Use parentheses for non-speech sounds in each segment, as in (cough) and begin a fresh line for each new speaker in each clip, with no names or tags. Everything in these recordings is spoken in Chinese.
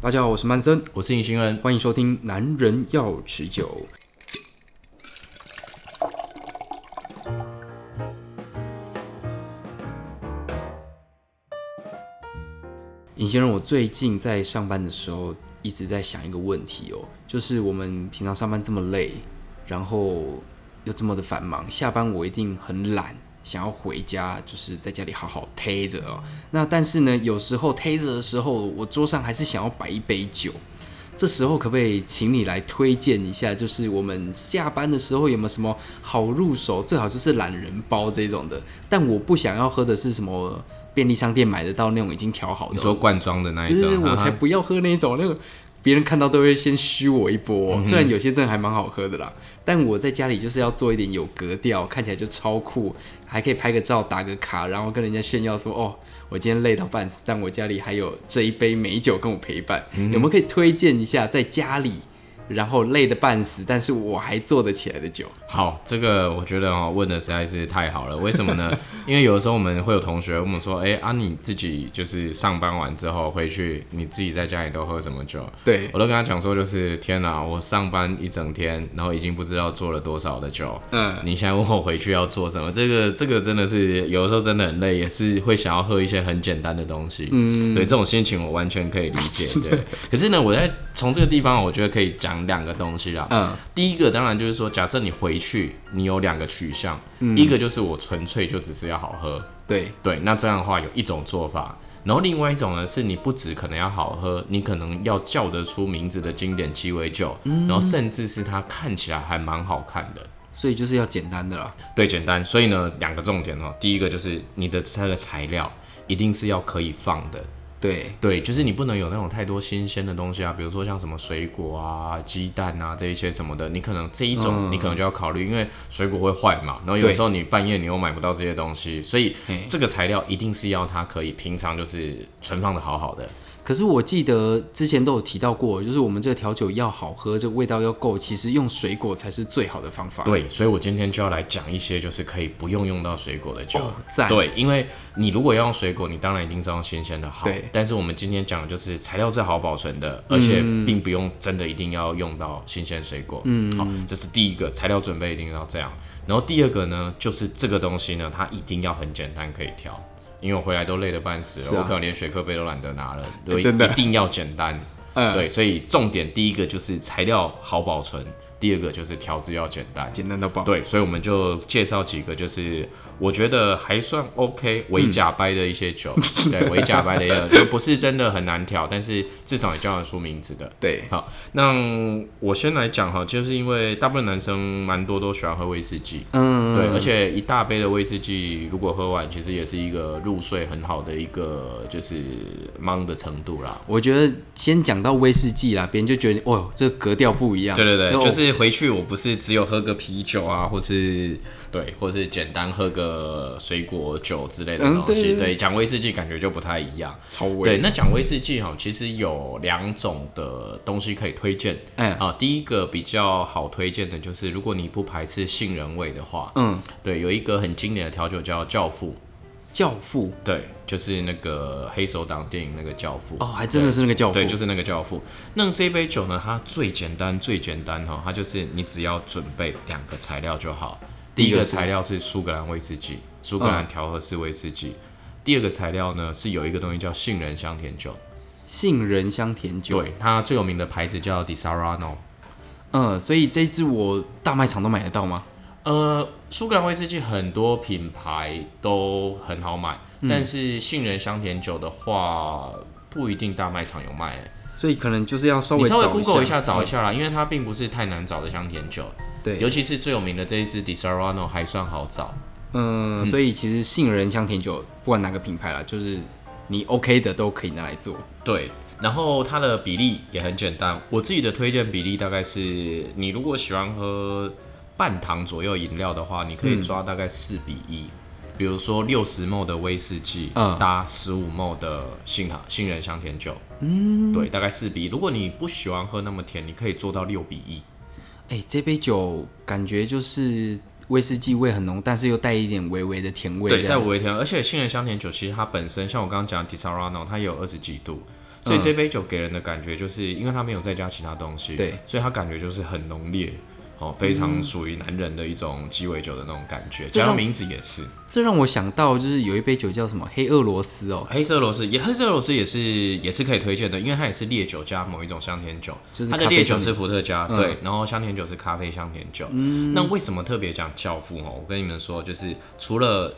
大家好，我是曼森，
我是尹勋恩。
欢迎收听《男人要持久》。尹先生，我最近在上班的时候一直在想一个问题哦，就是我们平常上班这么累，然后又这么的繁忙，下班我一定很懒，想要回家，就是在家里好好贴着哦。那但是呢，有时候贴着的时候，我桌上还是想要摆一杯酒。这时候可不可以请你来推荐一下，就是我们下班的时候有没有什么好入手？最好就是懒人包这种的。但我不想要喝的是什么便利商店买得到那种已经调好的哦。
你说罐装的那
就
一
是
种，啊
我
哈哈
才不要喝那种，那个别人看到都会先虚我一波、
嗯
虽然有些真的还蛮好喝的啦，但我在家里就是要做一点有格调，看起来就超酷，还可以拍个照打个卡，然后跟人家炫耀说哦，我今天累到半死，但我家里还有这一杯美酒跟我陪伴。
嗯
有没有可以推荐一下在家里，然后累得半死，但是我还做得起来的酒？
好，这个我觉得哦，问的实在是太好了。为什
(laughs)
么呢？因为有的时候我们会有同学问我说：“哎、啊，你自己就是上班完之后回去，你自己在家里都喝什么酒？”
对，
我都跟他讲说，就是天哪，我上班一整天，然后已经不知道做了多少的酒。
嗯，
你现在问我回去要做什么，这个这个真的是有的时候真的很累，也是会想要喝一些很简单的东西。嗯，对，这种心情我完全可以理解。对，可是呢，我在从这个地方，我觉得可以讲两个东西啦。
嗯，
第一个当然就是说，假设你回去，你有两个取向，一个就是我纯粹就只是要好喝，
对，
对，那这样的话有一种做法，然后另外一种呢是你不止可能要好喝，你可能要叫得出名字的经典鸡尾酒，然后甚至是它看起来还蛮好看的。
所以就是要简单的啦。
对，简单。所以呢，两个重点哦，第一个就是你的这个材料一定是要可以放的，
对，
对，就是你不能有那种太多新鲜的东西啊，比如说像什么水果啊、鸡蛋啊这一些什么的，你可能这一种你可能就要考虑，因为水果会坏嘛，然后有
对
时候你半夜你又买不到这些东西，所以
嘿
这个材料一定是要它可以平常就是存放的好好的，
可是我记得之前都有提到过，就是我们这个调酒要好喝，这个味道要够，其实用水果才是最好的方法。，
对，所以我今天就要来讲一些就是可以不用用到水果的酒。
哦，赞。，
对，因为你如果要用水果，你当然一定是要用新鲜的好。
对嗯
但是我们今天讲的就是材料是好保存的，而且并不用真的一定要用到新鲜水果。嗯，好，这是第一个材料准备一定要这样。然后第二个呢，就是这个东西呢，它一定要很简单可以调，因为我回来都累得半死
是啊
了，
哎
我可能连雪克杯都懒得拿了，所以
真的
一定要简单。
嗯，
对，所以重点第一个就是材料好保存，第二个就是调制要简单。
简单到爆。
对，所以我们就介绍几个，就是我觉得还算 OK 伪
嗯
假掰的一些酒，对，伪假掰的一些，就不是真的很难调，但是至少也叫得出名字的。
对，
好，那我先来讲哈，就是因为大部分男生蛮多都喜欢喝威士忌，
嗯，
对，而且一大杯的威士忌如果喝完，其实也是一个入睡很好的一个就是忙的程度啦。
我觉得先讲到威士忌啦，别人就觉得哦，这个格调不一样。哦
对对
那
对，
我
就是回去我不是只有喝个啤酒啊，或是对，或是简单喝个水果酒之类的
嗯
东
对
西。
对
对，讲威士忌感觉就不太一样。
超威。
对，，那讲威士忌哈，其实有两种的东西可以推荐。
嗯
啊，第一个比较好推荐的就是，如果你不排斥杏仁味的话，
嗯，
对，有一个很经典的调酒叫《教父》，
教父
对，就是那个黑手党电影那个《教父》
哦，还真的是那个教父。
对，就是那个教父。那这杯酒呢，它最简单，最简单哈、哦，它就是你只要准备两个材料就好。第一
第一个
个
是嗯
材料是苏格兰威士忌，苏格兰调和式威士忌。第二个材料呢是有一个东西叫杏仁香甜酒，
杏仁香甜酒。
对，它最有名的牌子叫 Di Sarno。
嗯，所以这支我大卖场都买得到吗？
呃，苏格兰威士忌很多品牌都很好买，
嗯
但是杏仁香甜酒的话，不一定大卖场有卖、欸。
所以可能就是要稍
你
微
稍微
找嗯
Google 一下找一下啦，因为它并不是太难找的香甜酒。尤
对，
其是最有名的这一支 d i s a r a n o 还算好找，
嗯，所以其实杏仁香甜酒不管哪个品牌啦，就是你 OK 的都可以拿来做。
对。然后它的比例也很简单，我自己的推荐比例大概是，你如果喜欢喝半糖左右饮料的话，你可以抓大概四比一、比如说六十 ml 的威士忌、
嗯
搭十五 ml 的杏糖杏仁香甜酒，嗯，对，大概四比一。如果你不喜欢喝那么甜，你可以做到六比一，
哎、这杯酒感觉就是威士忌味很浓，但是又带一点微微的甜味。
对，
这
带
样
微甜，而且杏仁香甜酒其实它本身，像我刚刚讲 d i s a r a n o 它也有二十几度，所以
嗯
这杯酒给人的感觉就是，因为它没有再加其他东西，
对，嗯
所以它感觉就是很浓烈，哦，非常属于男人的一种鸡尾酒的那种感觉。
这
加
让
上名字也是，
这让我想到就是有一杯酒叫什么黑俄罗斯哦，
黑色俄罗斯也黑色俄罗斯也是也是可以推荐的，因为它也是烈酒加某一种香甜酒，
就是
它
咖
的
啡
烈酒
香
是伏特加，
嗯
对，然后香甜酒是咖啡香甜酒。那为什么特别讲教父哦？我跟你们说，就是除了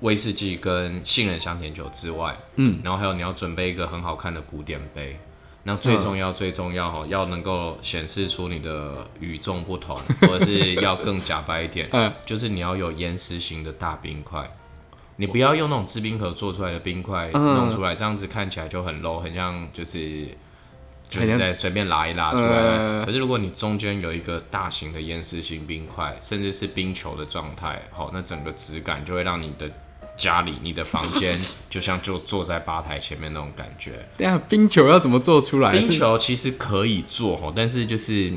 威士忌跟杏仁香甜酒之外，
嗯，
然后还有你要准备一个很好看的古典杯。那最重要、最重要
嗯
哦，要能够显示出你的与众
(laughs)
不同，或者是要更假白一点，
嗯
就是你要有岩石型的大冰块，你不要用那种制冰盒做出来的冰块
嗯
弄出来，这样子看起来就很 low，很像就是就
很
是
像
在随便拉一拉出来的。
嗯
可是如果你中间有一个大型的岩石型冰块，甚至是冰球的状态，好，那整个质感就会让你的家里、你的房
(laughs)
间就像就坐在吧台前面那种感觉。
等一下冰球要怎么做出来？
冰
是
球其实可以做吼，但是就是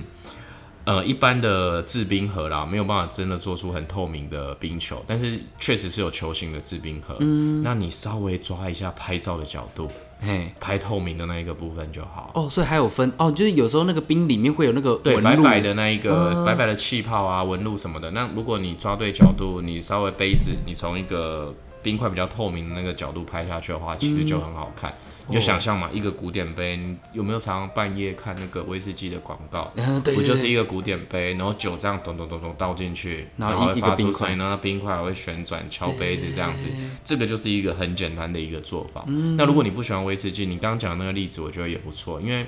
呃一般的制冰盒啦，没有办法真的做出很透明的冰球，但是确实是有球形的制冰盒。嗯，那你稍微抓一下拍照的角度，
嘿。
拍透明的那一个部分就好。
哦，所以还有分哦，就是有时候那个冰里面会有那个
对，
纹
白
路，
白的那一个、白白的气泡啊，纹路什么的。那如果你抓对角度，你稍微杯子，你从一个冰块比较透明的那个角度拍下去的
嗯
话，其实就很好看。你
哦
就想象嘛，一个古典杯，你有没有常常半夜看那个威士忌的广告？
嗯对对
不就是
对
一个古典杯，然后酒这样咚咚咚咚倒进去，
然后
然
一
后会
一个
发
冰
出
块
声音，然后那冰块还会旋转敲杯子这样子，这个就是一个很简单的一个做法。
嗯
那如果你不喜欢威士忌，你刚刚讲的那个例子，我觉得也不错，因为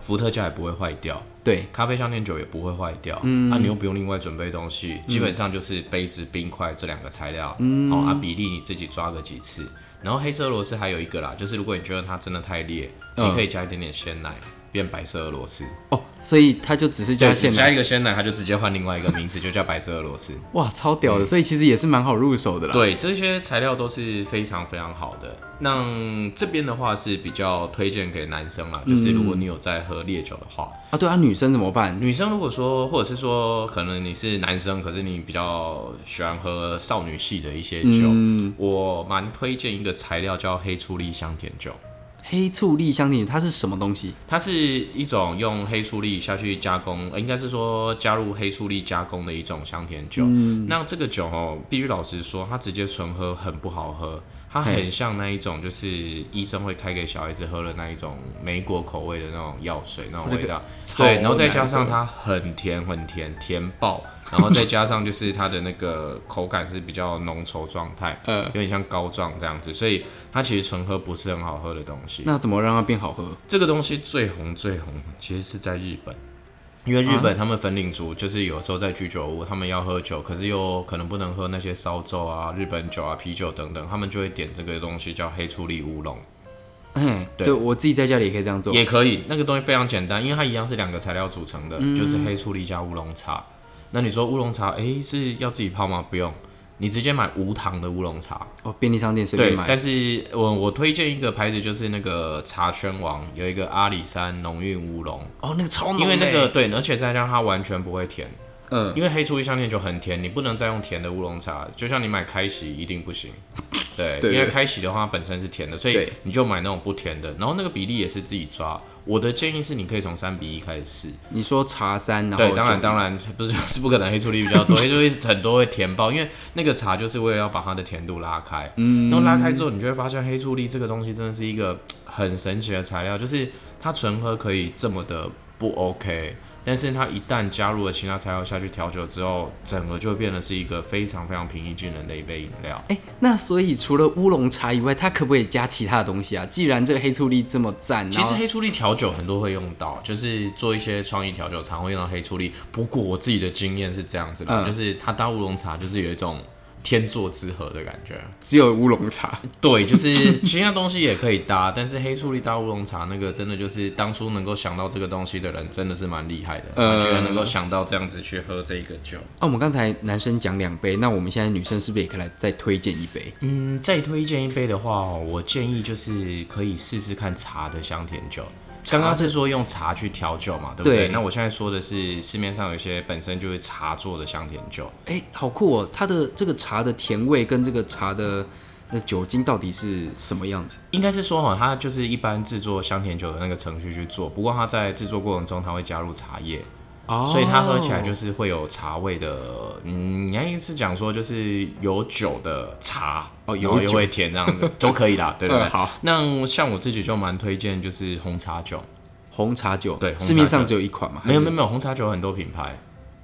伏特加也不会坏掉，
对，
咖啡香甜酒也不会坏掉，
嗯
啊，你又不用另外准备东西，基本上就是杯子、冰块这两个材料，
嗯
哦，啊，比例你自己抓个几次。然后黑色俄罗斯还有一个啦，就是如果你觉得它真的太烈，
嗯
你可以加一点点鲜奶，变白色俄罗斯。
哦，所以它就只是
对
加现
只加
奶，
一个鲜奶，它就直接换另外一个名字， (laughs) 就叫白色俄罗斯。
哇，超屌的，所以其实也是蛮好入手的啦。
对，这些材料都是非常非常好的。那这边的话是比较推荐给男生啦，就是如果你有在喝烈酒的话，
啊，对啊，女生怎么办？
女生如果说，或者是说，可能你是男生，可是你比较喜欢喝少女系的一些酒，我蛮推荐一个材料叫黑醋栗香甜酒。
黑醋栗香甜酒它是什么东西？
它是一种用黑醋栗下去加工，呃应该是说加入黑醋栗加工的一种香甜酒。那这个酒哦，必须老实说，它直接纯喝很不好喝，它很像那一种就是医生会开给小孩子喝的那一种美国口味的那种药水那种味道。
超
对，然后再
难
加上
喝
它很甜很甜，甜爆，然后再加上就是它的那个口感是比较浓稠状态，
呃
有点像膏状这样子，所以它其实纯喝不是很好喝的东西。
那怎么让它变好喝？
这个东西最红最红，其实是在日本，因为日本他们粉领族就是有时候在居酒屋，他们要喝酒，可是又可能不能喝那些烧酒啊、日本酒啊、啤酒等等，他们就会点这个东西叫黑醋栗乌龙，
哎，
对
所以我自己在家里也可以这样做。
也可以。那个东西非常简单，因为它一样是两个材料组成的，就是黑醋栗加乌龙茶。那你说乌龙茶，诶，是要自己泡吗？不用，你直接买无糖的乌龙茶。
哦，便利商店随便
对，
买。
但是我我推荐一个牌子，就是那个茶轩王有一个阿里山农运乌龙。
哦，那个超浓的
因为那个对，而且再加上它完全不会甜，
嗯，
因为黑醋栗香甜酒很甜，你不能再用甜的乌龙茶，就像你买开喜一定
(laughs)
不行。对，
对
因为
对
开喜的话它本身是甜的，所以
对
你就买那种不甜的，然后那个比例也是自己抓。我的建议是，你可以从三比一开始试。
你说茶三，然后
对，当然
酒
当然不是 (laughs) 是不可能黑醋栗比较多，黑醋栗很多会甜爆，因为那个茶就是为了要把它的甜度拉开。嗯，然后拉开之后，你就会发现黑醋栗这个东西真的是一个很神奇的材料，就是它纯喝可以这么的不 OK，但是它一旦加入了其他材料下去调酒之后，整个就变得是一个非常非常平易近人的一杯饮料。
哎、那所以除了乌龙茶以外，它可不可以加其他的东西啊？既然这个黑醋栗这么赞，
其
然
实
后
黑醋栗调酒很多会用到，就是做一些创意调酒，常会用到黑醋栗。不过我自己的经验是这样子
嗯
的，就是它搭乌龙茶就是有一种天作之合的感觉。
只有乌龙茶，
(laughs) 对，就是其他东西也可以搭，但是黑醋栗搭乌龙茶那个真的就是当初能够想到这个东西的人真的是蛮厉害的，
嗯
居然能够想到这样子去喝这个酒。
啊，我们刚才男生讲两杯，那我们现在女生是不是也可以来再推荐一杯？
嗯，再推荐一杯的话哦，我建议就是可以试试看茶的香甜酒。刚刚是说用茶去调酒嘛，对不对？
对
那我现在说的是市面上有一些本身就是茶做的香甜酒，
哎、好酷哦！它的这个茶的甜味跟这个茶的那酒精到底是什么样的？
应该是说哈，它就是一般制作香甜酒的那个程序去做，不过它在制作过程中它会加入茶叶，
哦
所以它喝起来就是是会有茶味的。嗯，你应该是讲说就是有酒的茶
哦
然后
有
又
酒
会甜这样子都可以啦，对不对？
(laughs) 嗯好，
那像我自己就蛮推荐就是红茶酒，
红茶酒，
对红茶
市面上
酒
只有一款嘛，
没有
还
没有
是
没有，红茶酒有很多品牌，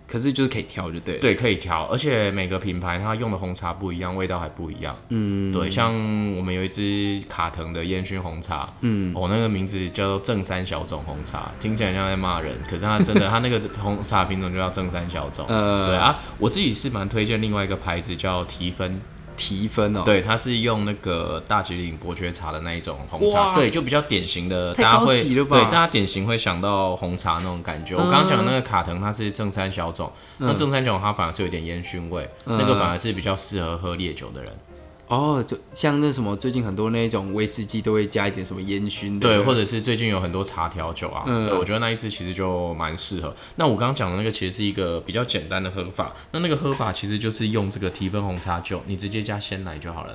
可是就是可以挑就对了。
对，可以调，而且每个品牌它用的红茶不一样，味道还不一样。嗯，对，像我们有一支卡腾的烟熏红茶，嗯，哦，那个名字叫做正山小种红茶，听起来像在骂人，可是它真的，它那个红茶品种就叫正山小 (laughs) 种。
呃
对啊，我自己是蛮推荐另外一个牌子叫提芬，
提分哦，，
对，它是用那个大吉岭伯爵茶的那一种红茶，
哇
对，就比较典型的，
太
大家会
高级了吧
对，大家典型会想到红茶那种感觉。我刚刚讲的那
嗯
个卡腾，它是正山小种，那正山小种它反而是有点烟熏味，
嗯
那个反而是比较适合喝烈酒的人，
哦，就像那什么，最近很多那种威士忌都会加一点什么烟熏的，
对，或者是最近有很多茶调酒啊，
嗯
对，我觉得那一支其实就蛮适合。那我刚刚讲的那个其实是一个比较简单的喝法，那那个喝法其实就是用这个提分红茶酒，你直接加鲜奶就好了，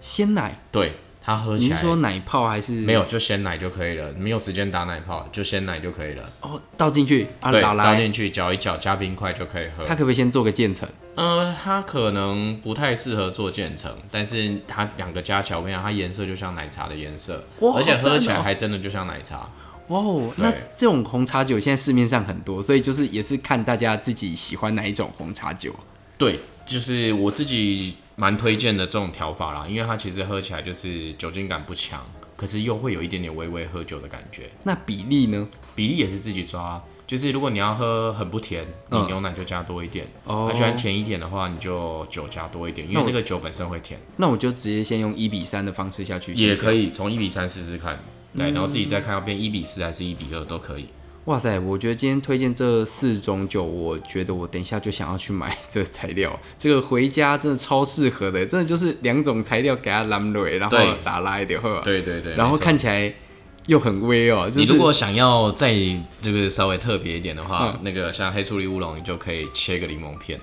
鲜奶。
对，它喝
你
起
是
来
说奶泡还是
没有，就鲜奶就可以了，没有时间打奶泡，就鲜奶就可以了。
哦，倒进去啊，
对，
打
倒
来，
进去搅一搅，加冰块就可以喝
它。可不可以先做个渐层？
呃，它可能不太适合做渐层，但是它两个加起来，我跟你讲，它颜色就像奶茶的颜色，
哇
而且
好赞
喝起来
哦
还真的就像奶茶。
哇哦，那
对
这种红茶酒现在市面上很多，所以就是也是看大家自己喜欢哪一种红茶酒。
对，就是我自己蛮推荐的这种调法啦，因为它其实喝起来就是酒精感不强，可是又会有一点点微微喝酒的感觉。
那比例呢？
比例也是自己抓，就是如果你要喝很不甜，你牛奶就加多一点；
哦
还喜欢甜一点的话，你就酒加多一点，因
那
为
我
那个酒本身会甜。
那我就直接先用一比三的方式下去，
也可
以。
以从一比三试试看，对，然后自己再看要变一比四还是一比二都可以。
哇塞，我觉得今天推荐这四种酒，我觉得我等一下就想要去买这材料，这个回家真的超适合的，真的就是两种材料给它蓝蕊，然后
对
打拉一点喝，
对对对，
然后
没错。
看起来又很微哦、就是
你如果想要再这个稍微特别一点的话，
嗯
那个像黑醋栗乌龙，你就可以切个柠檬片，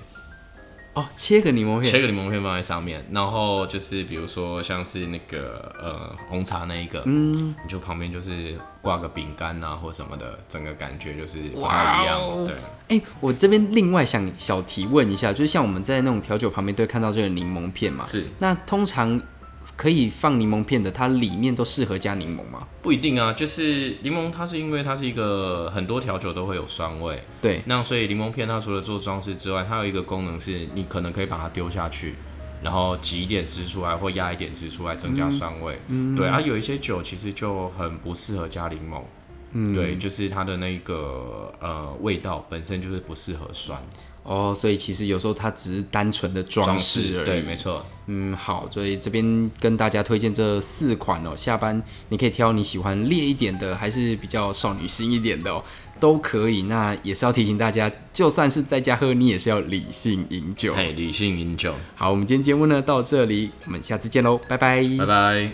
哦切个柠檬片，
切个柠檬片放在上面，然后就是比如说像是那个呃红茶那一个，嗯，你就旁边就是挂个饼干啊或什么的，整个感觉就是不太一样
哇哦，
对。
哎、我这边另外想小提问一下，就是像我们在那种调酒旁边都会看到这个柠檬片嘛，
是
那通常可以放柠檬片的，它里面都适合加柠檬吗？
不一定啊，就是柠檬，它是因为它是一个很多调酒都会有酸味，
对，
那所以柠檬片它除了做装饰之外，它有一个功能是，你可能可以把它丢下去，然后挤一点汁出来，或压一点汁出来，增
嗯
加酸味。对啊，有一些酒其实就很不适合加柠檬。
嗯
对，就是它的那个呃味道本身就是不适合酸
哦，所以其实有时候它只是单纯的装饰而已。
对，没错，
嗯，好，所以这边跟大家推荐这四款哦，下班你可以挑你喜欢烈一点的，还是比较少女心一点的哦，都可以。那也是要提醒大家，就算是在家喝，你也是要理性饮酒。
嘿，理性饮酒，
好，我们今天节目呢到这里，我们下次见喽，拜拜
拜拜。